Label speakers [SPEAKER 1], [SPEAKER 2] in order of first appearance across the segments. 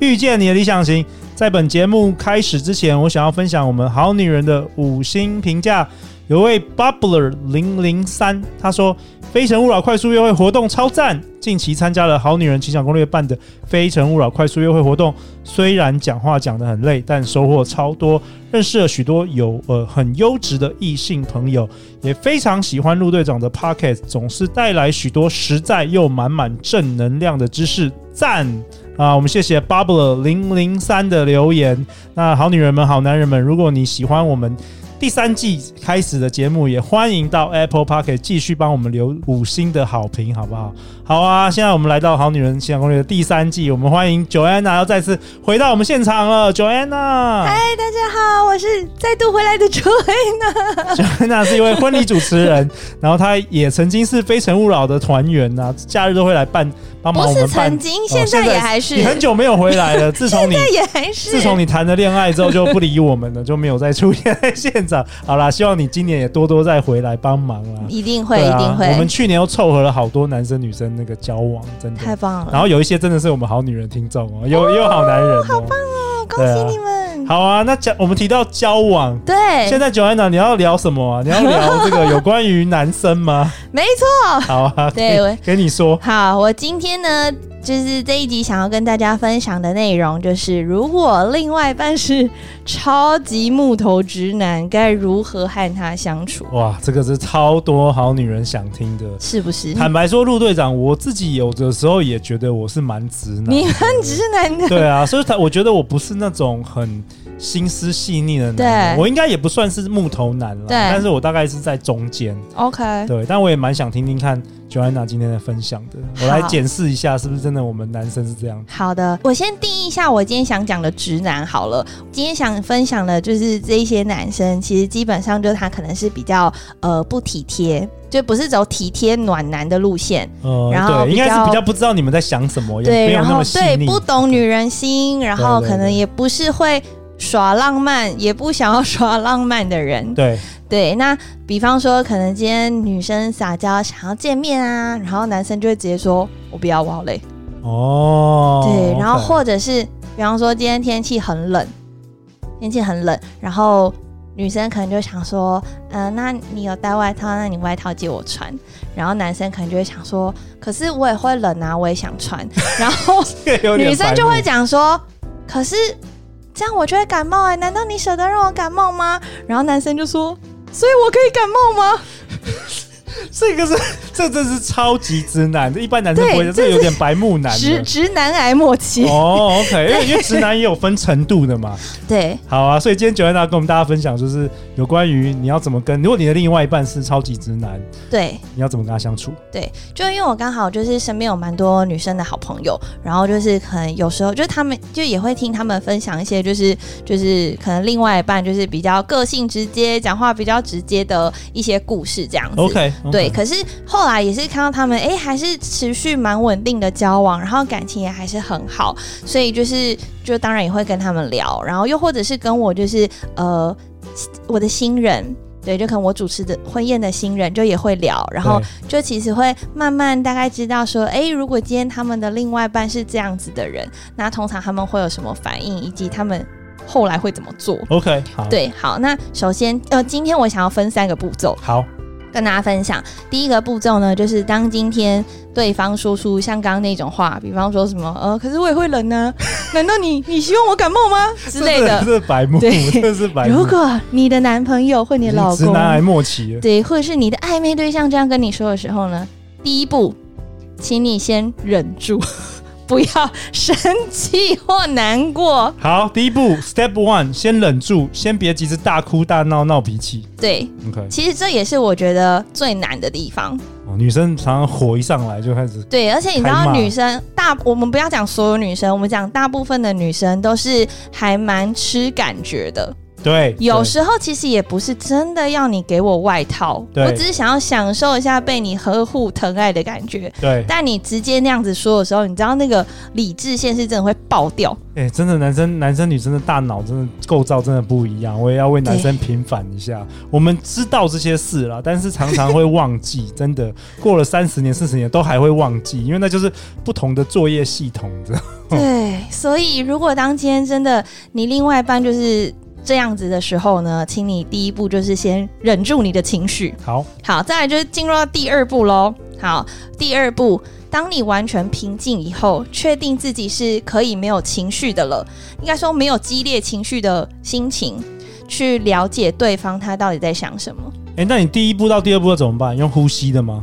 [SPEAKER 1] 遇见你的理想型。在本节目开始之前，我想要分享我们好女人的五星评价。有位 bubbler 零零三，他说：“非诚勿扰快速约会活动超赞！近期参加了好女人情场攻略办的非诚勿扰快速约会活动，虽然讲话讲得很累，但收获超多，认识了许多有呃很优质的异性朋友。也非常喜欢陆队长的 Pocket，总是带来许多实在又满满正能量的知识，赞！啊，我们谢谢 Bubbler 零零三的留言。那好女人们、好男人们，如果你喜欢我们第三季开始的节目，也欢迎到 Apple Pocket 继续帮我们留五星的好评，好不好？好啊，现在我们来到《好女人情感攻略》的第三季，我们欢迎 Joanna 要再次回到我们现场了，Joanna。
[SPEAKER 2] 嗨，大家好，我是再度回来的周慧娜。
[SPEAKER 1] 那是一位婚礼主持人，然后他也曾经是《非诚勿扰》的团员呐、假日都会来办帮忙
[SPEAKER 2] 不
[SPEAKER 1] 我
[SPEAKER 2] 是
[SPEAKER 1] 们办。
[SPEAKER 2] 曾经，
[SPEAKER 1] 哦
[SPEAKER 2] 现在也还是，
[SPEAKER 1] 你很久没有回来了，自从你。
[SPEAKER 2] 也还是。
[SPEAKER 1] 自从你谈了恋爱之后就不理我们了，就没有再出现在现场。好啦，希望你今年也多多再回来帮忙啦。
[SPEAKER 2] 一定会，
[SPEAKER 1] 对
[SPEAKER 2] 一
[SPEAKER 1] 啊
[SPEAKER 2] 定
[SPEAKER 1] 我们
[SPEAKER 2] 会，
[SPEAKER 1] 去年又凑合了好多男生女生那个交往，真的。
[SPEAKER 2] 太棒
[SPEAKER 1] 然
[SPEAKER 2] 了！
[SPEAKER 1] 后有一些真的是我们好女人听众哦，有也有好男人、哦，好棒哦！
[SPEAKER 2] 哦恭喜你们。
[SPEAKER 1] 好啊，那讲我们提到交往，
[SPEAKER 2] 对，
[SPEAKER 1] 现在 Joanna，你要聊什 么啊？你要聊这个有关于男生吗？
[SPEAKER 2] 没错。
[SPEAKER 1] 好啊，
[SPEAKER 2] 哦对我
[SPEAKER 1] 给给你说。
[SPEAKER 2] 好，我今天呢，就是这一集想要跟大家分享的内容，就是如果另外一半是超级木头直男，该如何和他相处，
[SPEAKER 1] 哇，这个是超多好女人想听的。
[SPEAKER 2] 是不是？
[SPEAKER 1] 坦白说，陆队长，我自己有的时候也觉得我是蛮直男
[SPEAKER 2] 你
[SPEAKER 1] 的。
[SPEAKER 2] 很直男的，
[SPEAKER 1] 对啊，所以他我觉得我不是那种很心思细腻的男人，
[SPEAKER 2] 对
[SPEAKER 1] 我应该也不算是木头男了，
[SPEAKER 2] 对嗯
[SPEAKER 1] 但是我大概是在中间。
[SPEAKER 2] ，OK，
[SPEAKER 1] 对，但我也蛮想听听看 Joanna 今天的分享的，我来
[SPEAKER 2] 好
[SPEAKER 1] 检视一下是不是真的我们男生是这样。
[SPEAKER 2] 好的，我先定义一下我今天想讲的直男好了。今天想分享的就是这一些男生，其实基本上就是他可能是比较呃不体贴，就不是走体贴暖男的路线。
[SPEAKER 1] 呃，
[SPEAKER 2] 然后
[SPEAKER 1] 对，应该
[SPEAKER 2] 比较
[SPEAKER 1] 是比较不知道你们在想什么，也
[SPEAKER 2] 对，
[SPEAKER 1] 没有
[SPEAKER 2] 然
[SPEAKER 1] 那
[SPEAKER 2] 后
[SPEAKER 1] 么细
[SPEAKER 2] 对
[SPEAKER 1] 腻。
[SPEAKER 2] 不懂女人心，然后
[SPEAKER 1] 对对
[SPEAKER 2] 可能
[SPEAKER 1] 对
[SPEAKER 2] 也不是会耍浪漫，也不想要 耍浪漫的人。
[SPEAKER 1] 对，
[SPEAKER 2] 对，那比方说，可能今天女生撒娇想要见面啊，然后男生就会直接说：“我不要，我好累。
[SPEAKER 1] 哦，
[SPEAKER 2] 对，然后
[SPEAKER 1] OK
[SPEAKER 2] 或者是比方说今天天气很冷，天气很冷，然后女生可能就想说，嗯、那你有带外套，那你外套借我穿。然后男生可能就会想说，可是我也会冷啊，我也想穿。 然后
[SPEAKER 1] 有点
[SPEAKER 2] 女生
[SPEAKER 1] 白
[SPEAKER 2] 就
[SPEAKER 1] 目
[SPEAKER 2] 会讲说，可是这样我就会感冒哎、难道你舍得让我感冒吗？然后男生就说，所以我可以感冒吗？
[SPEAKER 1] 这个是这真是超级直男，这一般男生
[SPEAKER 2] 对
[SPEAKER 1] 不会，
[SPEAKER 2] 这
[SPEAKER 1] 这有点白目男
[SPEAKER 2] 直
[SPEAKER 1] 的。
[SPEAKER 2] 直男癌末期，
[SPEAKER 1] 哦，OK，因为因为直男也有分程度的嘛。
[SPEAKER 2] 对。
[SPEAKER 1] 好啊，所以今天九安娜跟我们大家分享，就是有关于你要怎么跟，如果你的另外一半是超级直男，
[SPEAKER 2] 对
[SPEAKER 1] 你要怎么跟他相处？
[SPEAKER 2] 对，就因为我刚好就是身边有蛮多女生的好朋友，然后就是可能有时候就是他们就也会听他们分享一些就是就是可能另外一半就是比较个性直接、讲话比较直接的一些故事这样子。
[SPEAKER 1] OK，
[SPEAKER 2] 对，可是后来也是看到他们，哎、还是持续蛮稳定的交往，然后感情也还是很好，所以就是就当然也会跟他们聊，然后又或者是跟我就是呃我的新人。对，就可能我主持的婚宴的新人就也会聊，然后就其实会慢慢大概知道说，哎，如果今天他们的另外一半是这样子的人，那通常他们会有什么反应，以及他们后来会怎么做。
[SPEAKER 1] OK，好，，
[SPEAKER 2] 对，好，那首先，呃，今天我想要分三个步骤，
[SPEAKER 1] 好，
[SPEAKER 2] 跟大家分享。第一个步骤呢，就是当今天对方说出像刚刚那种话，比方说什么呃，可是我也会冷呢、 难道你你希望我感冒吗之类
[SPEAKER 1] 这
[SPEAKER 2] 的
[SPEAKER 1] 是。这是白目，
[SPEAKER 2] 对
[SPEAKER 1] 这是白目。
[SPEAKER 2] 如果你的男朋友或你
[SPEAKER 1] 已
[SPEAKER 2] 的
[SPEAKER 1] 经
[SPEAKER 2] 老
[SPEAKER 1] 直男癌
[SPEAKER 2] 公，
[SPEAKER 1] 末期了，
[SPEAKER 2] 对，或者是你的暧昧对象这样跟你说的时候呢，第一步，请你先忍住， 不要生气或难过。
[SPEAKER 1] 好，第一步 Step One，先忍住，先别急着大哭大闹闹脾气。
[SPEAKER 2] 对，
[SPEAKER 1] OK，
[SPEAKER 2] 其实这也是我觉得最难的地方。
[SPEAKER 1] 哦，女生常常火一上来就开始
[SPEAKER 2] 对，而且你知
[SPEAKER 1] 开
[SPEAKER 2] 道，
[SPEAKER 1] 骂
[SPEAKER 2] 女生大，我们不要讲所有女生，我们讲大部分的女生都是还蛮吃感觉的。
[SPEAKER 1] 对，
[SPEAKER 2] 有
[SPEAKER 1] 对
[SPEAKER 2] 时候其实也不是真的要你给我外套，
[SPEAKER 1] 对
[SPEAKER 2] 我只是想要享受一下被你呵护疼爱的感觉。
[SPEAKER 1] 对，
[SPEAKER 2] 但你直接那样子说的时候，你知道那个理智线是真的会爆掉。
[SPEAKER 1] 哎、真的，男生男生女生的大脑真的构造真的不一样，我也要为男生平反一下。我们知道这些事啦，但是常常会忘 记，真的过了三十年、四十年都还会忘记，因为那就是不同的作业系统，你知道吗？
[SPEAKER 2] 对，所以如果当今天真的你另外一半就是这样子的时候呢，请你第一步就是先忍住你的情绪。
[SPEAKER 1] 好，
[SPEAKER 2] 好，再来就是进入到第二步喽。好，第二步，当你完全平静以后，确定自己是可以没有情绪的了，应该说没有激烈情绪的心情，去了解对方他到底在想什 么。
[SPEAKER 1] 哎、那你第一步到第二步要怎么办？用呼吸的吗？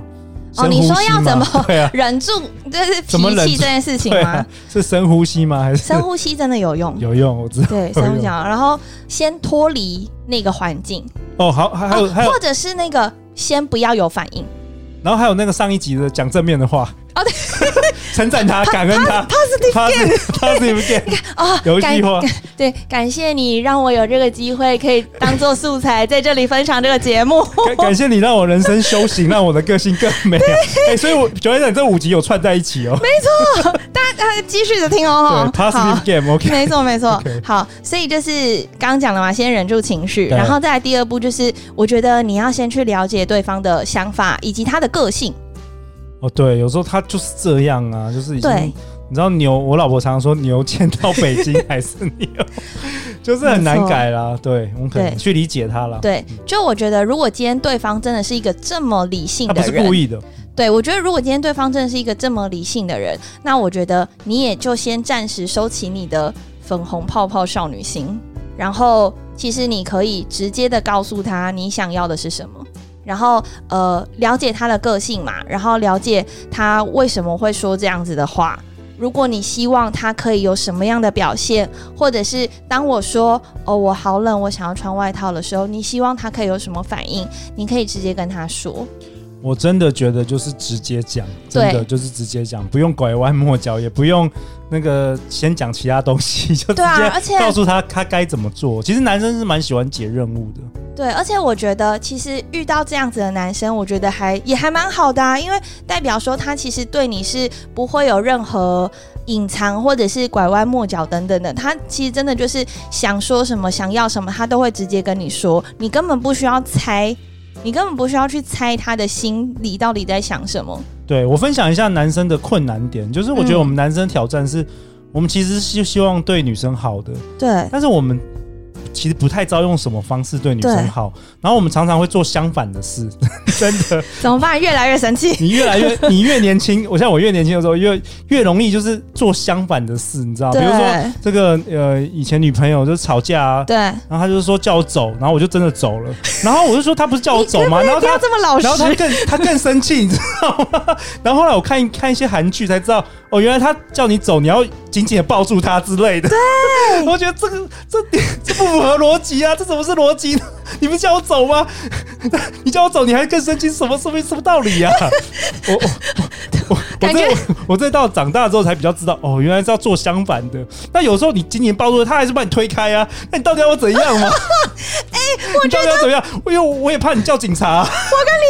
[SPEAKER 2] 哦
[SPEAKER 1] 深
[SPEAKER 2] 你说
[SPEAKER 1] 呼吸
[SPEAKER 2] 要怎
[SPEAKER 1] 吗 对啊，
[SPEAKER 2] 忍住，这是脾
[SPEAKER 1] 怎么忍
[SPEAKER 2] 气
[SPEAKER 1] 住
[SPEAKER 2] 这件事情
[SPEAKER 1] 对
[SPEAKER 2] 吗
[SPEAKER 1] 啊？，是深呼吸吗？还是
[SPEAKER 2] 深呼吸真的有用。
[SPEAKER 1] 有用？我知道。
[SPEAKER 2] 对，
[SPEAKER 1] 有
[SPEAKER 2] 深呼
[SPEAKER 1] 用
[SPEAKER 2] 吸啊，然后先脱离那个环境，
[SPEAKER 1] 哦，好，还还有、
[SPEAKER 2] 啊
[SPEAKER 1] 还有，
[SPEAKER 2] 或者是那个先不要有反应。
[SPEAKER 1] 然后还有那个上一集的讲正面的话，
[SPEAKER 2] 哦对，
[SPEAKER 1] 称赞他，感恩他，positive positive gain，
[SPEAKER 2] 哦，
[SPEAKER 1] 有一
[SPEAKER 2] 感
[SPEAKER 1] 句话。
[SPEAKER 2] 对，感谢你让我有这个机会可以当做素材在这里分享这个节 目。
[SPEAKER 1] 感感谢你让我人生 修行，让我的个性更美好。哎、所以我九月长这五集有串在一起哦。
[SPEAKER 2] 那继续的听哦，
[SPEAKER 1] 对，positive game OK。
[SPEAKER 2] 没错没错
[SPEAKER 1] OK，
[SPEAKER 2] 好，所以就是刚刚讲了嘛，先忍住情绪，
[SPEAKER 1] 对
[SPEAKER 2] 然后再来第二步就是，我觉得你要先去了解对方的想法以及他的个性。
[SPEAKER 1] 哦，对，有时候他就是这样啊，就是已
[SPEAKER 2] 对
[SPEAKER 1] 经，你知道牛，我老婆常常说牛迁到北京还是牛， 就是很难改啦。对，我们可
[SPEAKER 2] 对
[SPEAKER 1] 能去理解他啦。
[SPEAKER 2] 对，就我觉得，如果今天对方真的是一个这么理性
[SPEAKER 1] 他
[SPEAKER 2] 的
[SPEAKER 1] 不
[SPEAKER 2] 人，
[SPEAKER 1] 是故意的，
[SPEAKER 2] 对，我觉得如果今天对方真的是一个这么理性的人，那我觉得你也就先暂时收起你的粉红泡泡少女心，然后其实你可以直接的告诉他你想要的是什么，然后呃了解他的个性嘛，然后了解他为什么会说这样子的话。如果你希望他可以有什么样的表现，或者是当我说“哦，我好冷，我想要穿外套”的时候，你希望他可以有什么反应，你可以直接跟他说。
[SPEAKER 1] 我真的觉得就是直接讲，真的
[SPEAKER 2] 对
[SPEAKER 1] 就是直接讲，不用拐弯抹角，也不用那个先讲其他东西，就直
[SPEAKER 2] 对啊而且
[SPEAKER 1] 接告诉他他该怎么做。其实男生是蛮喜欢解任务的。
[SPEAKER 2] 对，而且我觉得其实遇到这样子的男生，我觉得还也还蛮好的啊，因为代表说他其实对你是不会有任何隐藏或者是拐弯抹角等等的，他其实真的就是想说什么、想要什么，他都会直接跟你说，你根本不需要猜，你根本不需要去猜他的心里到底在想什么。
[SPEAKER 1] 对我分享一下男生的困难点，就是我觉得
[SPEAKER 2] 嗯
[SPEAKER 1] 我们男生挑战是，我们其实是希望对女生好的，
[SPEAKER 2] 对
[SPEAKER 1] 但是我们其实不太知道用什么方式对女
[SPEAKER 2] 对
[SPEAKER 1] 生好，然后我们常常会做相反的事。 真的，
[SPEAKER 2] 怎么办？越来越生气。
[SPEAKER 1] 你越 来越你越年轻，我像我越年轻的时候，越越容易就是做相反的事，你知道？比
[SPEAKER 2] 对
[SPEAKER 1] 如说这个呃，以前女朋友就吵架啊，
[SPEAKER 2] 对，
[SPEAKER 1] 然后她就说叫我走，然后我就真的走了，然后我就说她不是叫我走 吗？然后
[SPEAKER 2] 不
[SPEAKER 1] 她
[SPEAKER 2] 要这么老
[SPEAKER 1] 然后他
[SPEAKER 2] 实。
[SPEAKER 1] 更他更生气，你知道吗？ 然后后来我看看一些韩剧才知道，哦，原来他叫你走，你要紧紧的抱住他之类的。对， 我觉得这个这这不符合逻辑啊，这怎么是逻辑呢？你不是叫我走吗？ 你叫我走，你还更生气，什么什么什么道理 啊？我我我我
[SPEAKER 2] 感
[SPEAKER 1] 这我我这到长大之后才比较知道，哦，原来是要做相反的。那有时候你紧紧抱住他，他还是把你推开啊？那你到底要我怎样嘛？ 哎、我你到底要怎么样？因为我我也怕你叫警察啊、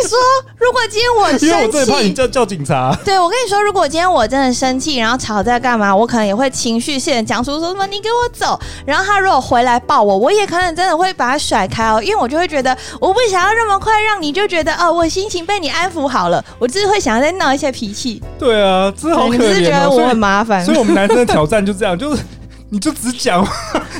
[SPEAKER 2] 你说，如果今天我
[SPEAKER 1] 因为
[SPEAKER 2] 生
[SPEAKER 1] 我最怕
[SPEAKER 2] 气
[SPEAKER 1] 你，叫叫警察。
[SPEAKER 2] 对，我跟你说，如果今天我真的生气，然后吵架干嘛，我可能也会情绪性的讲出说什么“你给我走”，然后他如果回来抱我，我也可能真的会把他甩开哦，因为我就会觉得我不想要那么快让你就觉得哦，我心情被你安抚好了，我只是会想要再闹一些脾气。
[SPEAKER 1] 对啊，这 好
[SPEAKER 2] 你
[SPEAKER 1] 可
[SPEAKER 2] 是不是觉
[SPEAKER 1] 怜
[SPEAKER 2] 得
[SPEAKER 1] 哦。
[SPEAKER 2] 我
[SPEAKER 1] 所
[SPEAKER 2] 很
[SPEAKER 1] 以，
[SPEAKER 2] 麻烦
[SPEAKER 1] 所？以我们男生的挑战就这样，就是你就只讲，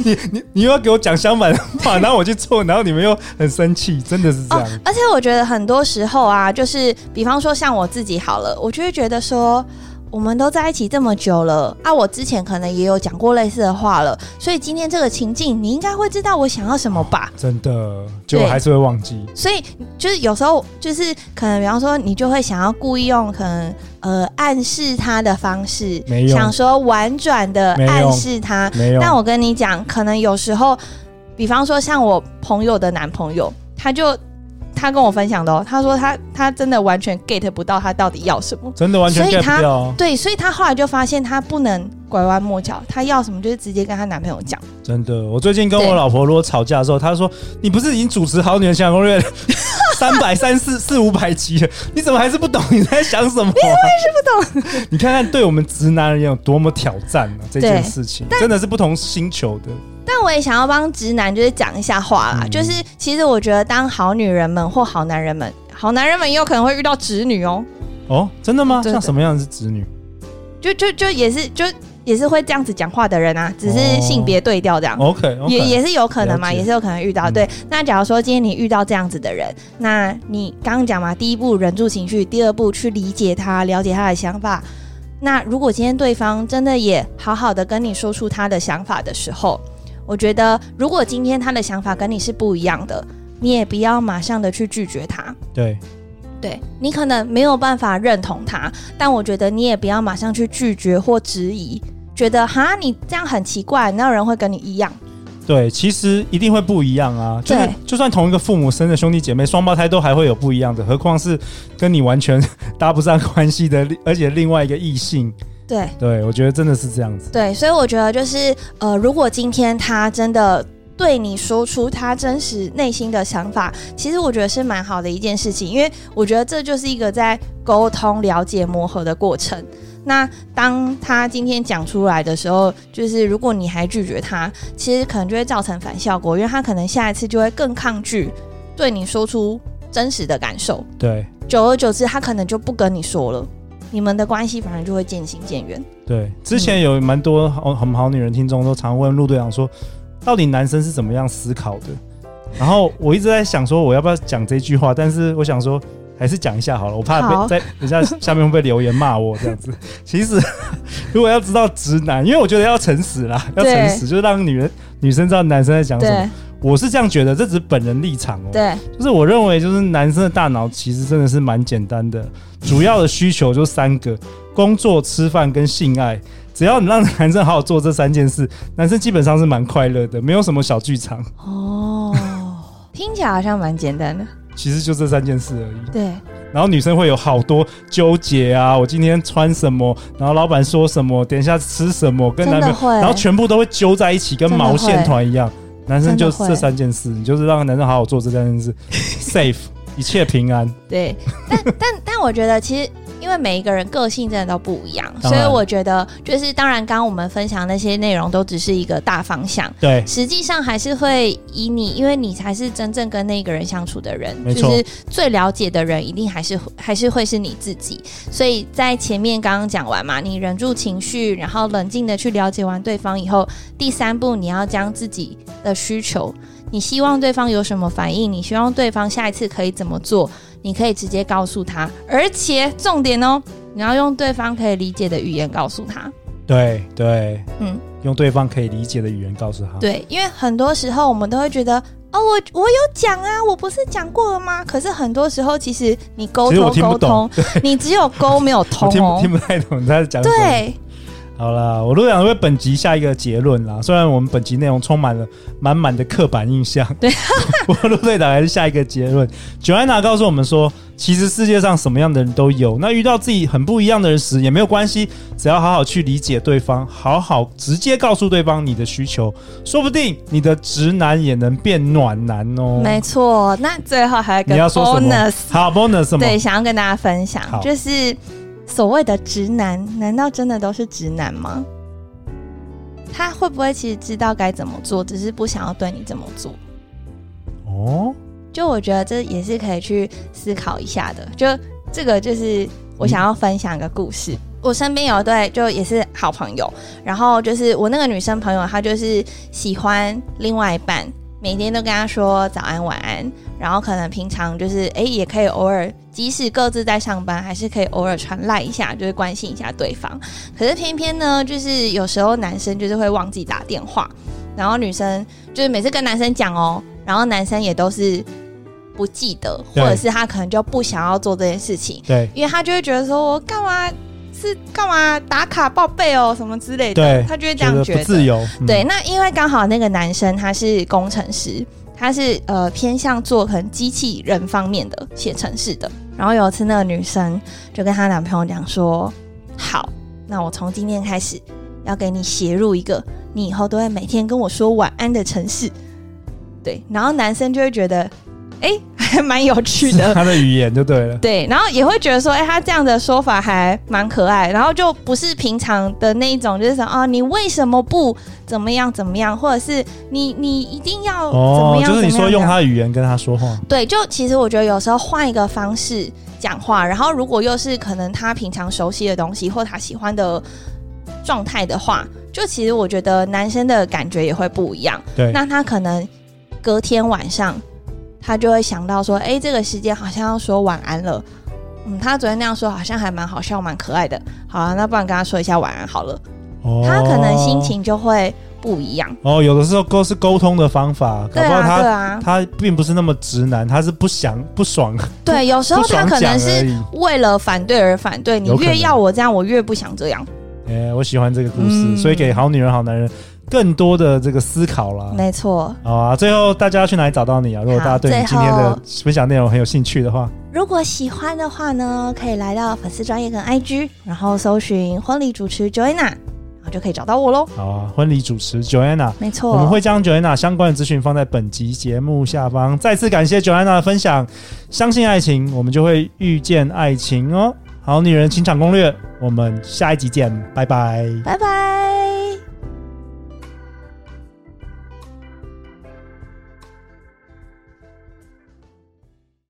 [SPEAKER 1] 你你你又要给我讲相反的话，然后我去做，然后你们又很生气，真的是这
[SPEAKER 2] 哦
[SPEAKER 1] 样。，
[SPEAKER 2] 而且我觉得很多时候啊，就是比方说像我自己好了，我就会觉得说。我们都在一起这么久了啊，我之前可能也有讲过类似的话了，所以今天这个情境，你应该会知道我想要什么吧？
[SPEAKER 1] 真的，结果还是会忘记。
[SPEAKER 2] 所以就是有时候就是可能，比方说你就会想要故意用可能呃暗示他的方式，
[SPEAKER 1] 没用
[SPEAKER 2] 想说婉转的
[SPEAKER 1] 没用
[SPEAKER 2] 暗示他。
[SPEAKER 1] 没有，
[SPEAKER 2] 但我跟你讲，可能有时候，比方说像我朋友的男朋友，他就他跟我分享的哦，他说他他真的完全 get 不到他到底要什么。
[SPEAKER 1] 真的完全
[SPEAKER 2] 所以
[SPEAKER 1] get
[SPEAKER 2] 他
[SPEAKER 1] 不掉，啊
[SPEAKER 2] 对，所以她后来就发现她不能拐弯抹角，她要什么就是直接跟她男朋友讲。
[SPEAKER 1] 真的。我最近跟
[SPEAKER 2] 对
[SPEAKER 1] 我老婆如果吵架的时候，她说：“你不是已经主持好你的《情感攻略》 三百三四四五百集了，你怎么还是不懂你在想什么、我也是不懂。你看看，对我们直男而言有多么挑战啊！这件事情真的是不同星球的。
[SPEAKER 2] 但我也想要帮直男就是讲一下话啦，
[SPEAKER 1] 嗯
[SPEAKER 2] 就是其实我觉得当好女人们或好男人们，好男人们也有可能会遇到直女哦，
[SPEAKER 1] 哦，真的吗？
[SPEAKER 2] 真的
[SPEAKER 1] 像什么样是直女？
[SPEAKER 2] 就就就也是就也是会这样子讲话的人啊，只
[SPEAKER 1] 哦
[SPEAKER 2] 是性别对调这样。
[SPEAKER 1] OK，, o k
[SPEAKER 2] 也也是有可能嘛，
[SPEAKER 1] 哦了解
[SPEAKER 2] 也是有可能遇到。
[SPEAKER 1] 嗯
[SPEAKER 2] 对，那假如说今天你遇到这样子的人，那你刚刚讲嘛，第一步忍住情绪，第二步去理解他，了解他的想法。那如果今天对方真的也好好的跟你说出他的想法的时候，我觉得如果今天他的想法跟你是不一样的，你也不要马上的去拒绝他。
[SPEAKER 1] 对，
[SPEAKER 2] 对你可能没有办法认同他，但我觉得你也不要马上去拒绝或质疑，觉得哈你这样很奇怪，哪有人会跟你一样？
[SPEAKER 1] 对，其实一定会不一样啊。就是
[SPEAKER 2] 对
[SPEAKER 1] 就算同一个父母生的兄弟姐妹，双胞胎都还会有不一样的，何况是跟你完全 搭不上关系的，而且另外一个异性。
[SPEAKER 2] 对，
[SPEAKER 1] 对，我觉得真的是这样子。
[SPEAKER 2] 对，所以我觉得就是呃，如果今天他真的对你说出他真实内心的想法，其实我觉得是蛮好的一件事情，因为我觉得这就是一个在沟通、了解、磨合的过程。那当他今天讲出来的时候，就是如果你还拒绝他，其实可能就会造成反效果，因为他可能下一次就会更抗拒对你说出真实的感受。
[SPEAKER 1] 对
[SPEAKER 2] 久而久之，他可能就不跟你说了，你们的关系反而就会渐行渐远。
[SPEAKER 1] 对，之前有蛮多好很好女人听众都常问陆队长说，到底男生是怎么样思考的？然后我一直在想说，我要不要讲这句话？但是我想说，还是讲一下好了，我怕
[SPEAKER 2] 好
[SPEAKER 1] 被在等一下下面会被留言骂我这 样子。其实 如果要知道直男，因为我觉得要诚实啦，要
[SPEAKER 2] 对
[SPEAKER 1] 诚实，就是让女人女生知道男生在讲什么。我是这样觉得，这只是本人立场哦。
[SPEAKER 2] 对。
[SPEAKER 1] 就是我认为，就是男生的大脑其实真的是蛮简单的，主要的需求就三个：工作、吃饭跟性爱。只要你让男生好好做这三件事，男生基本上是蛮快乐的，没有什么小剧场，
[SPEAKER 2] 哦，听起来好像蛮简单的。
[SPEAKER 1] 其实就这三件事而已。
[SPEAKER 2] 对，
[SPEAKER 1] 然后女生会有好多纠结啊，我今天穿什么，然后老板说什么，等一下吃什么，跟
[SPEAKER 2] 真
[SPEAKER 1] 男朋
[SPEAKER 2] 的
[SPEAKER 1] 友，
[SPEAKER 2] 会。
[SPEAKER 1] 然后全部都会揪在一起，跟
[SPEAKER 2] 真的
[SPEAKER 1] 毛线团一样。男生就
[SPEAKER 2] 真的会
[SPEAKER 1] 这三件事，你就是让男生好好做这三件事，safe，一切平安。
[SPEAKER 2] 对，但 但但我觉得其实。因为每一个人个性真的都不一样，
[SPEAKER 1] 当
[SPEAKER 2] 所以
[SPEAKER 1] 然
[SPEAKER 2] 我觉得就是当然，刚刚我们分享那些内容都只是一个大方向，
[SPEAKER 1] 对，
[SPEAKER 2] 实际上还是会以你，因为你才是真正跟那个人相处的人，
[SPEAKER 1] 没错
[SPEAKER 2] 就是最了解的人，一定还是还是会是你自己。所以在前面刚刚讲完嘛，你忍住情绪，然后冷静的去了解完对方以后，第三步你要将自己的需求，你希望对方有什么反应，你希望对方下一次可以怎么做，你可以直接告诉他，而且重点哦，你要用对方可以理解的语言告诉他，
[SPEAKER 1] 对对，
[SPEAKER 2] 嗯。
[SPEAKER 1] 用对方可以理解的语言告诉他。
[SPEAKER 2] 对，因为很多时候我们都会觉得，哦，我我有讲啊，我不是讲过了吗？可是很多时候，其实你沟
[SPEAKER 1] 其实
[SPEAKER 2] 通
[SPEAKER 1] 我听
[SPEAKER 2] 沟
[SPEAKER 1] 不懂
[SPEAKER 2] 通， 你只有沟没有
[SPEAKER 1] 我
[SPEAKER 2] 通
[SPEAKER 1] 听不
[SPEAKER 2] 哦
[SPEAKER 1] 听。不太懂他在讲什么。，
[SPEAKER 2] 对，
[SPEAKER 1] 好啦，我都想为本集下一个结论啦。虽然我们本集内容充满了满满的刻板印象，
[SPEAKER 2] 对，
[SPEAKER 1] 我陆队长还是下一个结论。九安娜告诉我们说，其实世界上什么样的人都有，那遇到自己很不一样的人时也没有关系，只要好好去理解对方，好好直接告诉对方你的需求，说不定你的直男也能变暖男哦。
[SPEAKER 2] 没错。那最后还有一个
[SPEAKER 1] 你要说什么
[SPEAKER 2] bonus，
[SPEAKER 1] 好，bonus 什么？
[SPEAKER 2] 对，想要跟大家分享，
[SPEAKER 1] 好
[SPEAKER 2] 就是所谓的直男，难道真的都是直男吗？他会不会其实知道该怎么做，只是不想要对你这么做？
[SPEAKER 1] 哦，
[SPEAKER 2] 就我觉得这也是可以去思考一下的。就这个就是我想要分享一个故事。我身边有一对就也是好朋友，然后就是我那个女生朋友，她就是喜欢另外一半，每天都跟他说早安晚安，然后可能平常就是哎、也可以偶尔，即使各自在上班，还是可以偶尔传赖一下，就是关心一下对方。可是偏偏呢，就是有时候男生就是会忘记打电话，然后女生就是每次跟男生讲哦，然后男生也都是不记得，或
[SPEAKER 1] 对
[SPEAKER 2] 者是他可能就不想要做这件事情，
[SPEAKER 1] 对
[SPEAKER 2] 因为他就会觉得说我干嘛是干嘛打卡报备哦什么之类的
[SPEAKER 1] 对，
[SPEAKER 2] 他就会这
[SPEAKER 1] 觉
[SPEAKER 2] 样
[SPEAKER 1] 得
[SPEAKER 2] 觉得。
[SPEAKER 1] 不自由，嗯
[SPEAKER 2] 对，那因为刚好那个男生他是工程师，他是呃偏向做可能机器人方面的写程式的。然后有一次那个女生就跟她男朋友讲说：“好，那我从今天开始要给你写入一个你以后都会每天跟我说晚安的程式。”对，然后男生就会觉得，哎、还蛮有趣的
[SPEAKER 1] 是，他的语言就对了。
[SPEAKER 2] 对，然后也会觉得说，哎、他这样的说法还蛮可爱，然后就不是平常的那一种，就是说，啊，你为什么不怎么样怎么样，或者是你你一定要呃怎么样怎么样？
[SPEAKER 1] 哦就是你说用
[SPEAKER 2] 怎么样
[SPEAKER 1] 他的语言跟他说话，
[SPEAKER 2] 对，就其实我觉得有时候换一个方式讲话，然后如果又是可能他平常熟悉的东西或他喜欢的状态的话，就其实我觉得男生的感觉也会不一样。
[SPEAKER 1] 对，
[SPEAKER 2] 那他可能隔天晚上，他就会想到说，哎、这个时间好像要说晚安了。嗯，他昨天那样说好像还蛮好笑、蛮可爱的。好啊，那不然跟他说一下晚安好了。
[SPEAKER 1] 哦
[SPEAKER 2] 他可能心情就会不一样。
[SPEAKER 1] 哦，有的时候沟是沟通的方法，搞
[SPEAKER 2] 对
[SPEAKER 1] 不好
[SPEAKER 2] 啊，
[SPEAKER 1] 他、
[SPEAKER 2] 对啊，
[SPEAKER 1] 他并不是那么直男，他是不想不爽，
[SPEAKER 2] 对，有时候
[SPEAKER 1] 不
[SPEAKER 2] 他
[SPEAKER 1] 爽
[SPEAKER 2] 可
[SPEAKER 1] 讲
[SPEAKER 2] 能
[SPEAKER 1] 而
[SPEAKER 2] 是
[SPEAKER 1] 已。
[SPEAKER 2] 为了反对而反对，你
[SPEAKER 1] 有可
[SPEAKER 2] 越
[SPEAKER 1] 能
[SPEAKER 2] 要我这样，我越不想这样。
[SPEAKER 1] 哎、我喜欢这个故事，
[SPEAKER 2] 嗯
[SPEAKER 1] 所以给好女人、好男人更多的这个思考啦。
[SPEAKER 2] 没错，
[SPEAKER 1] 好啊，最后大家要去哪里找到你啊？如果大家对你
[SPEAKER 2] 好最
[SPEAKER 1] 今
[SPEAKER 2] 后
[SPEAKER 1] 天的分享内容很有兴趣的话，
[SPEAKER 2] 如果喜欢的话呢，可以来到粉丝专业跟 IG，然后搜寻婚礼主持 Joanna，然后就可以找到我喽。
[SPEAKER 1] 好啊，婚礼主持 Joanna，
[SPEAKER 2] 没错，
[SPEAKER 1] 我们会将 Joanna 相关的资讯放在本集节目下方。再次感谢 Joanna 的分享，相信爱情，我们就会遇见爱情哦。好女人情场攻略，我们下一集见，拜拜。
[SPEAKER 2] 拜拜。